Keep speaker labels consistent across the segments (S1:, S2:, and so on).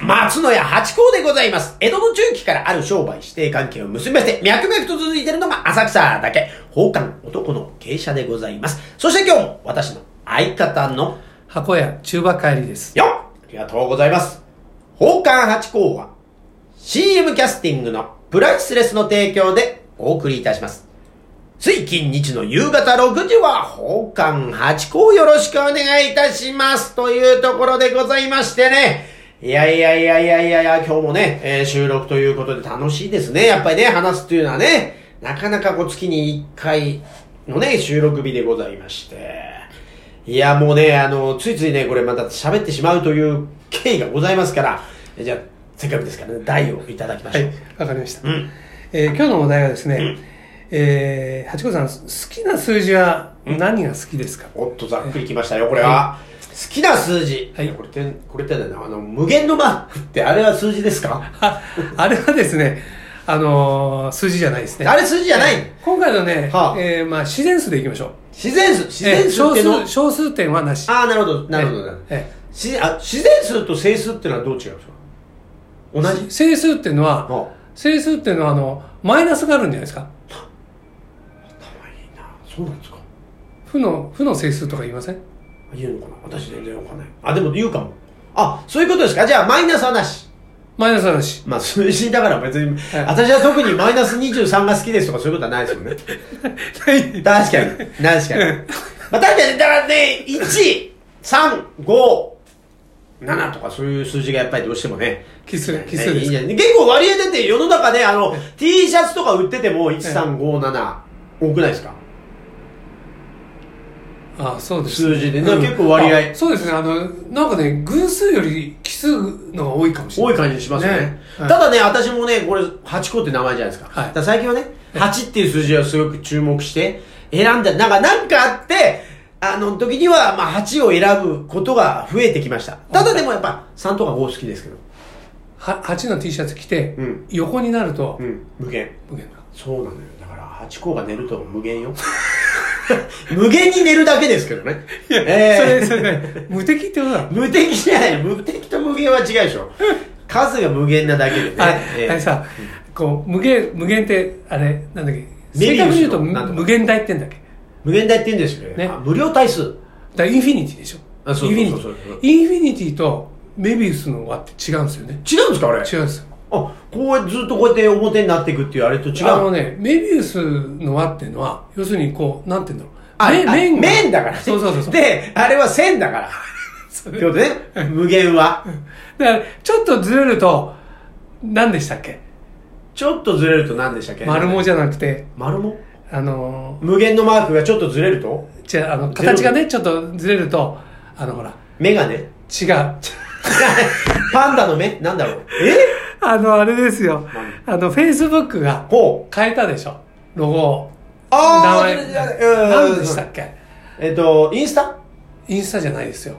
S1: 松野屋八甲でございます。江戸の中期からある商売指定関係を結びまして、脈々と続いているのが浅草だけ、宝冠男の芸者でございます。そして今日も私の相方の
S2: 箱屋中馬帰りです。
S1: よっありがとうございます。宝冠八甲は CM キャスティングのプライスレスの提供でお送りいたします。つい近日の夕方6時は宝冠八甲よろしくお願いいたしますというところでございましてね。いやいやいやいやいやいや、今日もね、えー収録ということで楽しいですね。やっぱりね、話すというのはね、なかなかこう月に1回のね、収録日でございまして。いや、もうね、あの、ついついね、これまた喋ってしまうという経緯がございますから、えじゃあ、せっかくですからね、題をいただきまし
S2: は
S1: ょう。
S2: い、わかりました。
S1: うん。
S2: えー今日のお題はですね、えー、八子さん、好きな数字は何が好きですか、
S1: おっと、ざっくりきましたよ、これは。好きな数字。
S2: はい
S1: これって、これってなんだよなあの、無限のマークってあれは数字ですか
S2: あ、あれはですね、あのー数字じゃないですね。
S1: あれ数字じゃない、
S2: 今回のね、
S1: はあ
S2: えーまあ、自然数でいきましょう。
S1: 自然数、自然
S2: えー
S1: 数っ
S2: 小
S1: ていうの、
S2: 数、小数点はなし。
S1: ああ、なるほど、なるほど、
S2: え
S1: な
S2: ー
S1: るほど。
S2: え
S1: しあ自然数と整数っていうのはどう違うんですか同
S2: ー
S1: じ
S2: 整数っていうのは、
S1: あ
S2: 整数っていうのは、あの、マイナスがあるんじゃないですか。
S1: 頭いいな。そうなんですか
S2: 負の、負の整数とか言いません
S1: 言うのかな私全然わかんない。あ、でも言うかも。あ、そういうことですかじゃあ、マイナスはなし。
S2: マイナスは なし。
S1: まあ、数字だから別に、
S2: い
S1: 私は特にマイナス23が好きですとかそういうことはないですよね。確かに。確かに。 まあ、確かに、だからね、1、3、5、7とかそういう数字がやっぱりどうしてもね。
S2: 奇数、奇
S1: ね
S2: 数
S1: い
S2: で
S1: い
S2: す
S1: んじ。ゃない結構割合出て世の中ね、あの、T シャツとか売ってても、1、3、5、7、多くないですか
S2: あそうです、
S1: 数字でな結構割合
S2: あそうですねあのなんかね偶数より奇数のが多いかもしれ
S1: 多
S2: ない
S1: い感じしますよね。
S2: はい
S1: ただね、私もね、これ、8個って名前じゃないですか。
S2: はい
S1: だから最近はね、8っていう数字をすごく注目して、選んだ、なんか、なんかあって、あの時には、まあ、8を選ぶことが増えてきました。ただでもやっぱ、3とか5好きですけど。
S2: は8の T シャツ着て、
S1: うん
S2: 横になると、
S1: うん、無限。
S2: 無限だ
S1: そうなのよ。だから、8個が寝ると無限よ。 無限に寝るだけですけどね。ええ
S2: それそれ、 無敵ってことだ
S1: 無敵じゃない。無敵と無限は違うでしょ。数が無限なだけでね。
S2: あ
S1: ええ
S2: れあれさ、こう無限無限ってあれなんだっけ
S1: メビ
S2: 正
S1: ウスの
S2: 確に言うと
S1: なんとか
S2: 無限大ってんだっけ
S1: 無限大って言うんですよね。
S2: ね
S1: あ無料対数。
S2: だからインフィニティでしょ
S1: あそう
S2: インフィ
S1: そ
S2: ニ
S1: う
S2: テ
S1: そうそうそう
S2: ィインフィニティとメビウスの輪って違うんですよね
S1: 違うんですかあれ
S2: 違うんですよ
S1: あこうずっとこうやって表になっていくっていうあれと違う
S2: あのね、メビウスの輪っていうのは、要するにこう、なんて言うんだろう。
S1: あ
S2: め
S1: あ
S2: が
S1: 面だからね
S2: そうそうそうそう。
S1: であれは線だからってことね無限は
S2: だから、ちょっとずれると、何でしたっけ
S1: ちょっとずれると何でしたっけ
S2: 丸もじゃなくて、
S1: 丸も
S2: あの
S1: 無限のマークがちょっとずれると
S2: ー、じゃあ、あの、形がね、ちょっとずれると、あの、ほら、
S1: 目がね
S2: 違う。
S1: パンダの目なんだろうえ
S2: あの、あれですよ。あの、Facebook が
S1: こう
S2: 変えたでしょ。ロゴを。
S1: あー
S2: 名
S1: それ
S2: 前
S1: じゃうん
S2: 何でしたっけ
S1: えっとインスタ
S2: インスタじゃないですよ。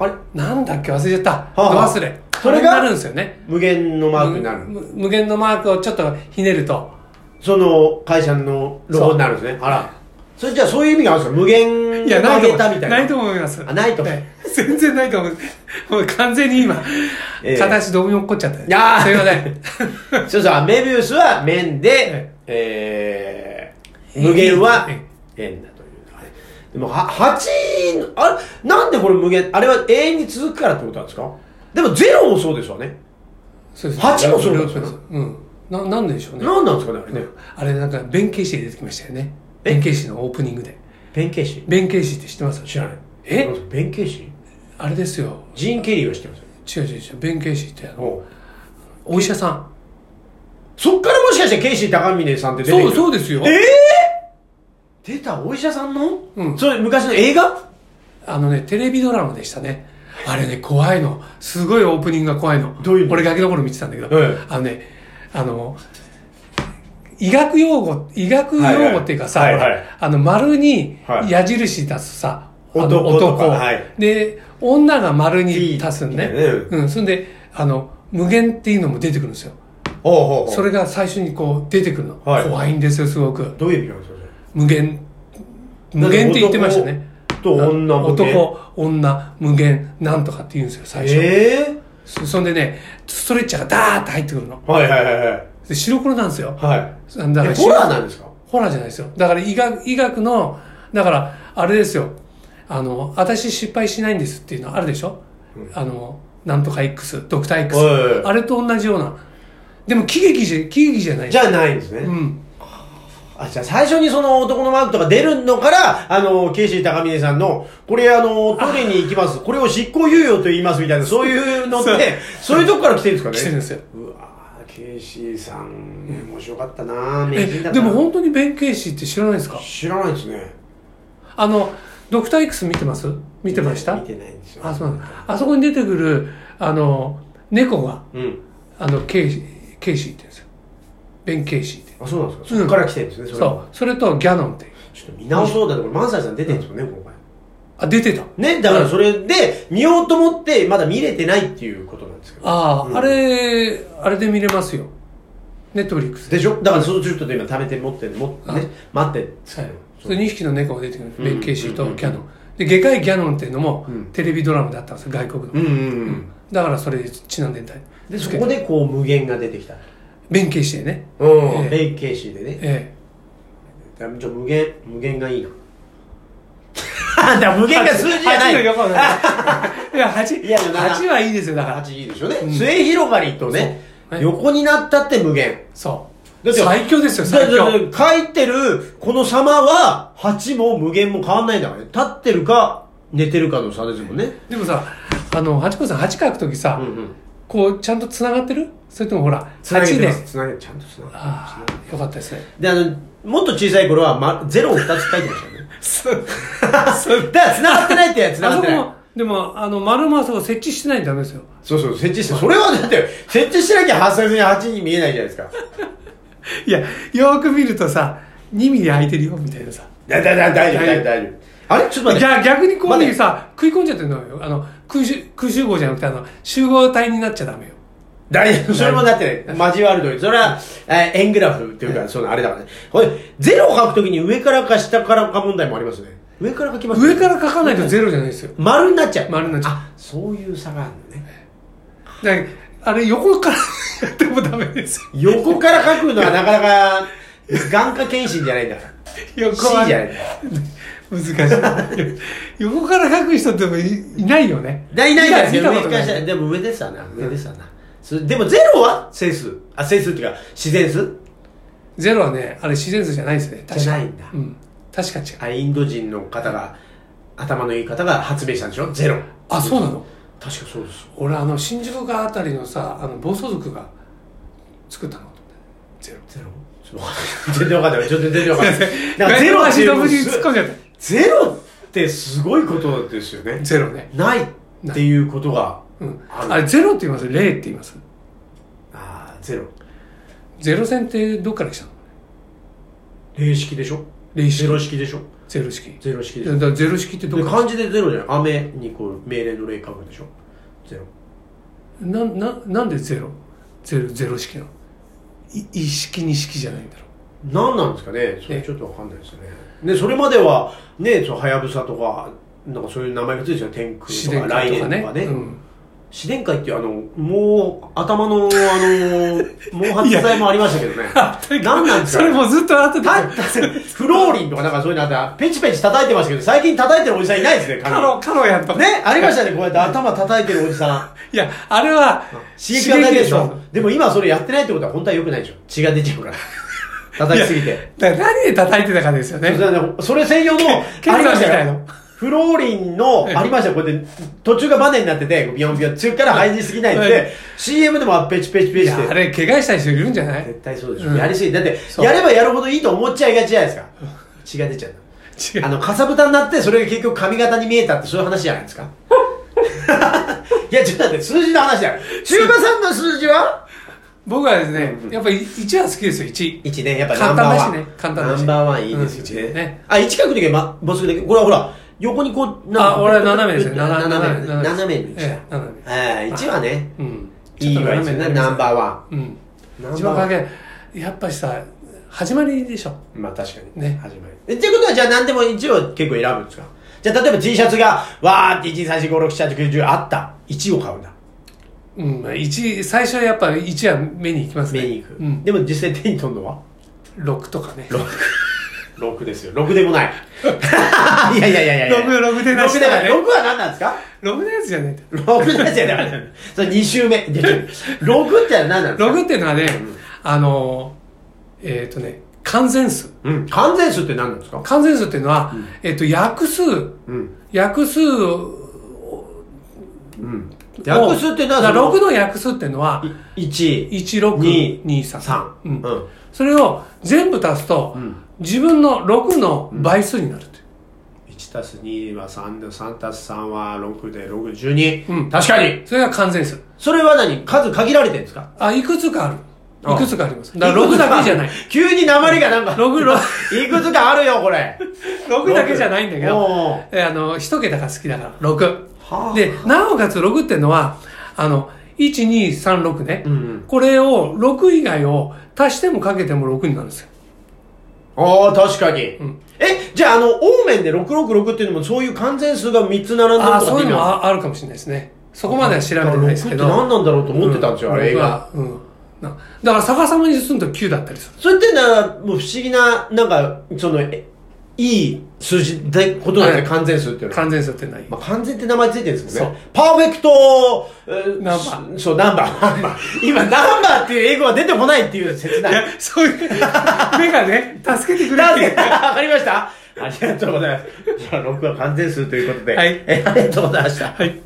S1: あれ
S2: なんだっけ忘れちゃった。
S1: あはあ
S2: 忘れ。
S1: それ
S2: に
S1: が
S2: なるんですよね。
S1: 無限のマークになる
S2: 無無限のマークをちょっとひねると
S1: その会社のロゴになるんですねあらそれじゃあそういう意味があるんですか無限
S2: ないと
S1: げ
S2: 思
S1: たみたいな
S2: と思います
S1: あないと
S2: は全然ないと思うもう完全に今、
S1: ええ
S2: 形どうに落っこっちゃった
S1: いやー
S2: すいません
S1: そうそう、メビウスは面で、えー、無限は
S2: え
S1: 円だというかね。でも、は、8の、あれ、なんでこれ無限、あれは永遠に続くからってことなんですかでも、ゼロもそうですよね。
S2: そうです
S1: 八 もそうなんですよ
S2: うんななんででしょうね
S1: なんなんですかね、あれね。
S2: あれなんか弁慶師で出てきましたよね
S1: え
S2: 弁慶師のオープニングで
S1: 弁慶師
S2: 弁慶師って知ってます
S1: 知らない。
S2: え
S1: 弁慶師
S2: あれですよ
S1: ジーン・ケリーは知ってますよ。
S2: 違う違う違う弁慶師ってあの
S1: おう
S2: お医者さん
S1: そっからもしかして、ケイシー高峰さんって出て
S2: そう
S1: う。
S2: そうですよ
S1: ええ出たお医者さんの
S2: うん
S1: それ、昔の映画
S2: あのねテレビドラマでしたねあれね怖いのすごいオープニングが怖いの
S1: どういうの
S2: 俺ガキの頃見てたんだけど、
S1: ええ
S2: あのねあの医学用語医学
S1: はいはい
S2: 用語っていうかさ、
S1: はい
S2: ほら
S1: はい
S2: あの丸に
S1: はい
S2: 矢印出すさ、あの
S1: 男とかはい
S2: で女が丸に足すんね
S1: いいね
S2: うん、そんであの無限っていうのも出てくるんですよ
S1: ほうほうほう
S2: それが最初にこう出てくるの、
S1: はい
S2: 怖いんですよすごく
S1: どういう意味なんですか、それ。
S2: 無限無限って言ってましたね
S1: と女もね
S2: 男、女、無限、なんとかって言うんですよ、最初。
S1: ええ
S2: そそんでね、ストレッチャーがダーって入ってくるの。
S1: はいはいはいはい。
S2: で白黒なんですよ。
S1: は
S2: だか
S1: い。え
S2: ら
S1: ホラーなんですか
S2: ホラーじゃないですよ。だから医学、医学の、だから、あれですよ。あの、私失敗しないんですっていうのあるでしょ、あの、なんとか X、ドクター X
S1: はいはいはい。
S2: あれと同じような。でも喜劇じゃ、喜劇じゃない。
S1: じゃないんですね。
S2: うん。
S1: あ、じゃあ最初にその男のマークとか出るのから、あの、ケイシー高峰さんの、これあの、トイレに行きます。これを執行猶予と言いますみたいな、そういうのって、そういうとこから来てるんですかね
S2: 来てるんですよ。
S1: うわーケイシーさん、面白かったな名人だ
S2: え、
S1: な
S2: でも本当に弁慶師って知らないですか
S1: 知らないですね。
S2: あの、ドクター X 見てます見てました
S1: 見てないんですよ。
S2: あ、そうなんだ。あそこに出てくる、あの、猫が、
S1: うん。
S2: あの、ケイシー、ケイシーって言うんですよ。弁慶師って。
S1: あ、そうなんですか。
S2: うん
S1: そこから来てるんですね、それは
S2: そう。それとギャノンっていう。
S1: ちょっと見直そうだと、これ、萬斎さん出てるんですもんね、今回。
S2: あ、出てた。
S1: ね、だからそれで、見ようと思って、まだ見れてないっていうことなんですけど。
S2: ああ、
S1: うん
S2: あれ、あれで見れますよ。ネットフリックスで。
S1: でしょだからそのちょっと今貯めて持って、も
S2: あ
S1: ね、待って。
S2: はい。それ2匹の猫が出てくるんです。
S1: うん
S2: 弁慶シーと
S1: うん
S2: ギャノン。で、外科医ギャノンっていうのも
S1: うん、
S2: テレビドラマだったんですよ、外国の。
S1: うんうんうん。
S2: だからそれでちなんでたい。
S1: で、そこでこう無限が出てきた。
S2: 弁慶してね。
S1: うん。
S2: え
S1: 弁慶師でね。
S2: え
S1: じゃあ無限、無限がいい な。だから無限が数字じゃない。
S2: 8の 横だねいや、8、
S1: いやでもな
S2: 8はいいですよ、だから。
S1: 8いいでしょうね、
S2: うん
S1: 末広がりとね
S2: そうはい
S1: 横になったって無限
S2: そう。
S1: だって
S2: 最強ですよ、
S1: だ
S2: 最
S1: だだ
S2: 強。
S1: 書いてるこの様は8も無限も変わんないんだからね立ってるか寝てるかの差ですもんね
S2: でもさ、あの、ハチコさん、8書くときさ、
S1: うんうん
S2: こう、ちゃんと繋がってるそれともほら、
S1: つなげ
S2: 8
S1: て
S2: で
S1: ま。すつなげちゃんとつなげて
S2: ああ、よかったですね。
S1: であのもっと小さい頃は、ま、0を2つ書いてましたよ ねだから繋がってないってやつ繋
S2: あ
S1: が
S2: そ
S1: っ
S2: こ
S1: てない
S2: も、でも、あの、丸もあそこ設置してないとダメですよ。
S1: そうそう設置してそれはだって設置しなきゃ発生に8に見えないじゃないですか
S2: いや、よーく見るとさ、2ミリ空いてるよ、みたいなさ。
S1: だだだ大丈夫大丈夫大丈夫あれちょっと待って
S2: じゃあ逆にこう
S1: ま
S2: い
S1: だ
S2: うふうにさ、食い込んじゃってるのよ。あの、空集、空集合じゃなくて、あの、集合体になっちゃダメよ。
S1: 大丈夫。それもだってね、交わる通り。それは、えー円グラフっていうか、そのあれだからね。これ、ゼロを書くときに上からか下からか問題もありますね。上から書きますね
S2: 上から書かないとゼロじゃないですよ。
S1: 丸になっちゃう。
S2: 丸になっちゃう
S1: あ、そういう差があるのね。
S2: だからあれ、横からやってもダメですよ。
S1: 横から書くのはなかな か、眼科検診じゃないんだから。
S2: 横
S1: C じゃないんだ。
S2: 難しい。横から書く人ってもいいないよね。
S1: だいないから
S2: 見
S1: ね、
S2: た
S1: 上
S2: こと
S1: か
S2: な
S1: ら下
S2: い。
S1: でも上ですわな、上ですわな。そでもゼロは整数。あ、整数っていうか、自然数
S2: ゼロはね、あれ自然数じゃないですね。確か
S1: じゃないんだ
S2: うん。確か違う。
S1: あれ、インド人の方が、頭のいい方が発明したんでしょゼロ。
S2: あ、そうなの
S1: 確かそうです。
S2: 俺、あの、新宿川あたりのさ、あの、暴走族が作ったの。ゼロ。
S1: ゼロ全然分かんない。ちょっと全然分かんない。 なんか
S2: ゼ
S1: ゼロ
S2: ロ
S1: って
S2: 足
S1: いう
S2: のぶに突っ込んじゃった。
S1: ゼロってすごいことですよね。
S2: ゼロね。
S1: ないっていうことが。
S2: うん。
S1: あ
S2: あれ、ゼロって言います零って言います
S1: ああ、ゼロ。
S2: ゼロ線ってどっから来たの
S1: 零式でしょ
S2: 零式
S1: ゼロ式でしょ
S2: ゼロ式。
S1: ゼロ式でし
S2: だ
S1: ょ
S2: からゼロ式ってど
S1: で
S2: っから
S1: 漢字でゼロじゃない。雨にこう命令の例書くでしょゼロ。
S2: な、な、なんでゼロゼロ、ゼロ式なのい一式二式じゃないんだろ
S1: 何なんですかねそれちょっと分かんないですよね。で、それまでは、ね、そのはやぶさとか、なんかそういう名前がついてたよ。天
S2: う。自
S1: 空
S2: 然
S1: とか、来
S2: 界
S1: 年
S2: とかね。
S1: とかね。
S2: うん。
S1: 自然界っていうあのもう頭のあの 毛髪剤もありましたけどね何なんです
S2: それ
S1: か
S2: もうずっと後で。
S1: たフローリンとかなんかそういうのあったペチペチ叩いてましたけど最近叩いてるおじさんいないですね
S2: カ
S1: 彼
S2: ロ、カロやんと。
S1: ね。ありましたねこうやって頭叩いてるおじさん
S2: いや、あれは、
S1: 刺激がないでし
S2: 刺
S1: ょでも今それやってないってことは本当は良くないでしょ血が出ちゃうから叩きすぎて
S2: 激だから何で叩いてたかですよね。
S1: そうそうそれ専用の、
S2: け
S1: ありました
S2: 検査みたい
S1: よ
S2: の。
S1: フローリンの、ありましたよこうやって、途中がバネになってて、ビヨンビヨン、中から入りすぎないん
S2: はい
S1: で、CM でもペチペチペ
S2: い
S1: チ
S2: や、
S1: っ
S2: あ
S1: て。
S2: れ、怪我した人いるんじゃない
S1: 絶対そうでし
S2: う
S1: ょ。
S2: ん
S1: やりすぎ。だって、
S2: そう
S1: やればやるほどいいと思っちゃいがちじゃないですか。血が出ちゃう。
S2: 違
S1: あ
S2: う。
S1: の、かさぶたになって、それが結局髪型に見えたって、そういう話じゃないです か。いや、ちょっと待って、数字の話だよ。中馬さんの数字は
S2: 僕はですね、やっぱり1は好きですよ、1。
S1: 1ね、やっぱナ
S2: 簡
S1: ンバー
S2: 単だ
S1: ワ
S2: し
S1: ン。
S2: ね、簡単だし。
S1: ナンバーワンいいですよ
S2: う
S1: ね。
S2: ん一ね。
S1: あ、1角だけ、ま、ボスだけ。これはほら、横にこう、
S2: あ、俺は斜めですね、
S1: 斜め。
S2: 斜め。
S1: 斜めにし
S2: ええ
S1: た。
S2: 斜め。
S1: ええ、1はね、
S2: うん。
S1: いいわよね、ナンバー
S2: ワ
S1: ワ
S2: ン。うん。
S1: ン。
S2: 一番かけ、やっぱしさ、始まりでしょ。
S1: まあ確かに。
S2: ね
S1: 始まり。えってことは、じゃあ何でも1を結構選ぶんですかじゃあ例えば T シャツが、わーって1、2、3、4、5、6、7、8、9、10あった。1を買うんだ。
S2: うん、まあ一、最初はやっぱ1は目に行きますね。
S1: 目に行く。
S2: うん。
S1: でも実際手に取るのは
S2: 6とかね。
S1: ?6。6ですよ。6でもない。 いやいやいやいやいや。
S2: 六六でな
S1: 6
S2: し
S1: で
S2: だ
S1: もない。
S2: ね
S1: 6は何なんですか
S2: 6のやつじゃねえ
S1: ?6 ですよね。それ2周目。で6って何なんですか
S2: 6っていうのはね、あの、えっ、とね、完全数。
S1: うん。完全数って何なんですか
S2: 完全数っていうのは、えっ、と、約数、
S1: うん。
S2: 約数を、
S1: うん。約数って何
S2: だ
S1: です
S2: から
S1: か
S2: 6の約数っていうのは、
S1: ?1、
S2: 1623。3
S1: 3。
S2: う
S1: うんん。
S2: それを全部足すと、
S1: ん
S2: 自分の6の倍数になるっていう。
S1: 1たす2は3で、3たす3は6で、6、12。
S2: うん
S1: 確かに。
S2: それが完全数。
S1: それは何数限られてるんですか
S2: あ、いくつかあ
S1: あ
S2: る。
S1: あ
S2: いくつかあります。だから6だけじ ゃない。。
S1: 急に鉛がなんか。
S2: 六六
S1: いくつかあるよ、これ。
S2: 6だけじゃないんだけど、
S1: おー
S2: えあの、一桁が好きだから、6。
S1: はあ
S2: で、なおかつ6っていうのは、あの、1、2、3、6ね。
S1: うんうん
S2: これを、6以外を足してもかけても6になるんですよ。
S1: ああ、確かに。
S2: ん
S1: え、じゃあ、あの、オーメンで666っていうのも、そういう完全数が3つ並んでると
S2: あ
S1: か
S2: あ、
S1: って
S2: そういうのも
S1: あ
S2: ああるかもしれないですね。そこまでは調べてないですけど。
S1: 6って何なんだろうと思ってたんですよ、あれ、映
S2: 僕
S1: 画。
S2: はうん。なだから逆さまにすると9だったりする。
S1: それってな、もう不思議な、なんか、その、えいい数字でことなんで、
S2: はい
S1: 完全数っていうのは。
S2: 完全数ってない。
S1: まあ、完全って名前ついてるんですもんね
S2: そ。
S1: パーフェクト、えー
S2: ナンバ
S1: そう、ナンバー、 ナンバー。今、ナンバーっていう英語は出てこないっていう切ないい。
S2: や、 そういう、目がね、助けてくれ
S1: な
S2: っ
S1: ん
S2: てい
S1: で
S2: う
S1: わ。かりましたありがとうございます。じゃあ、6は完全数ということで。
S2: はい
S1: えありがとうございました。
S2: はい。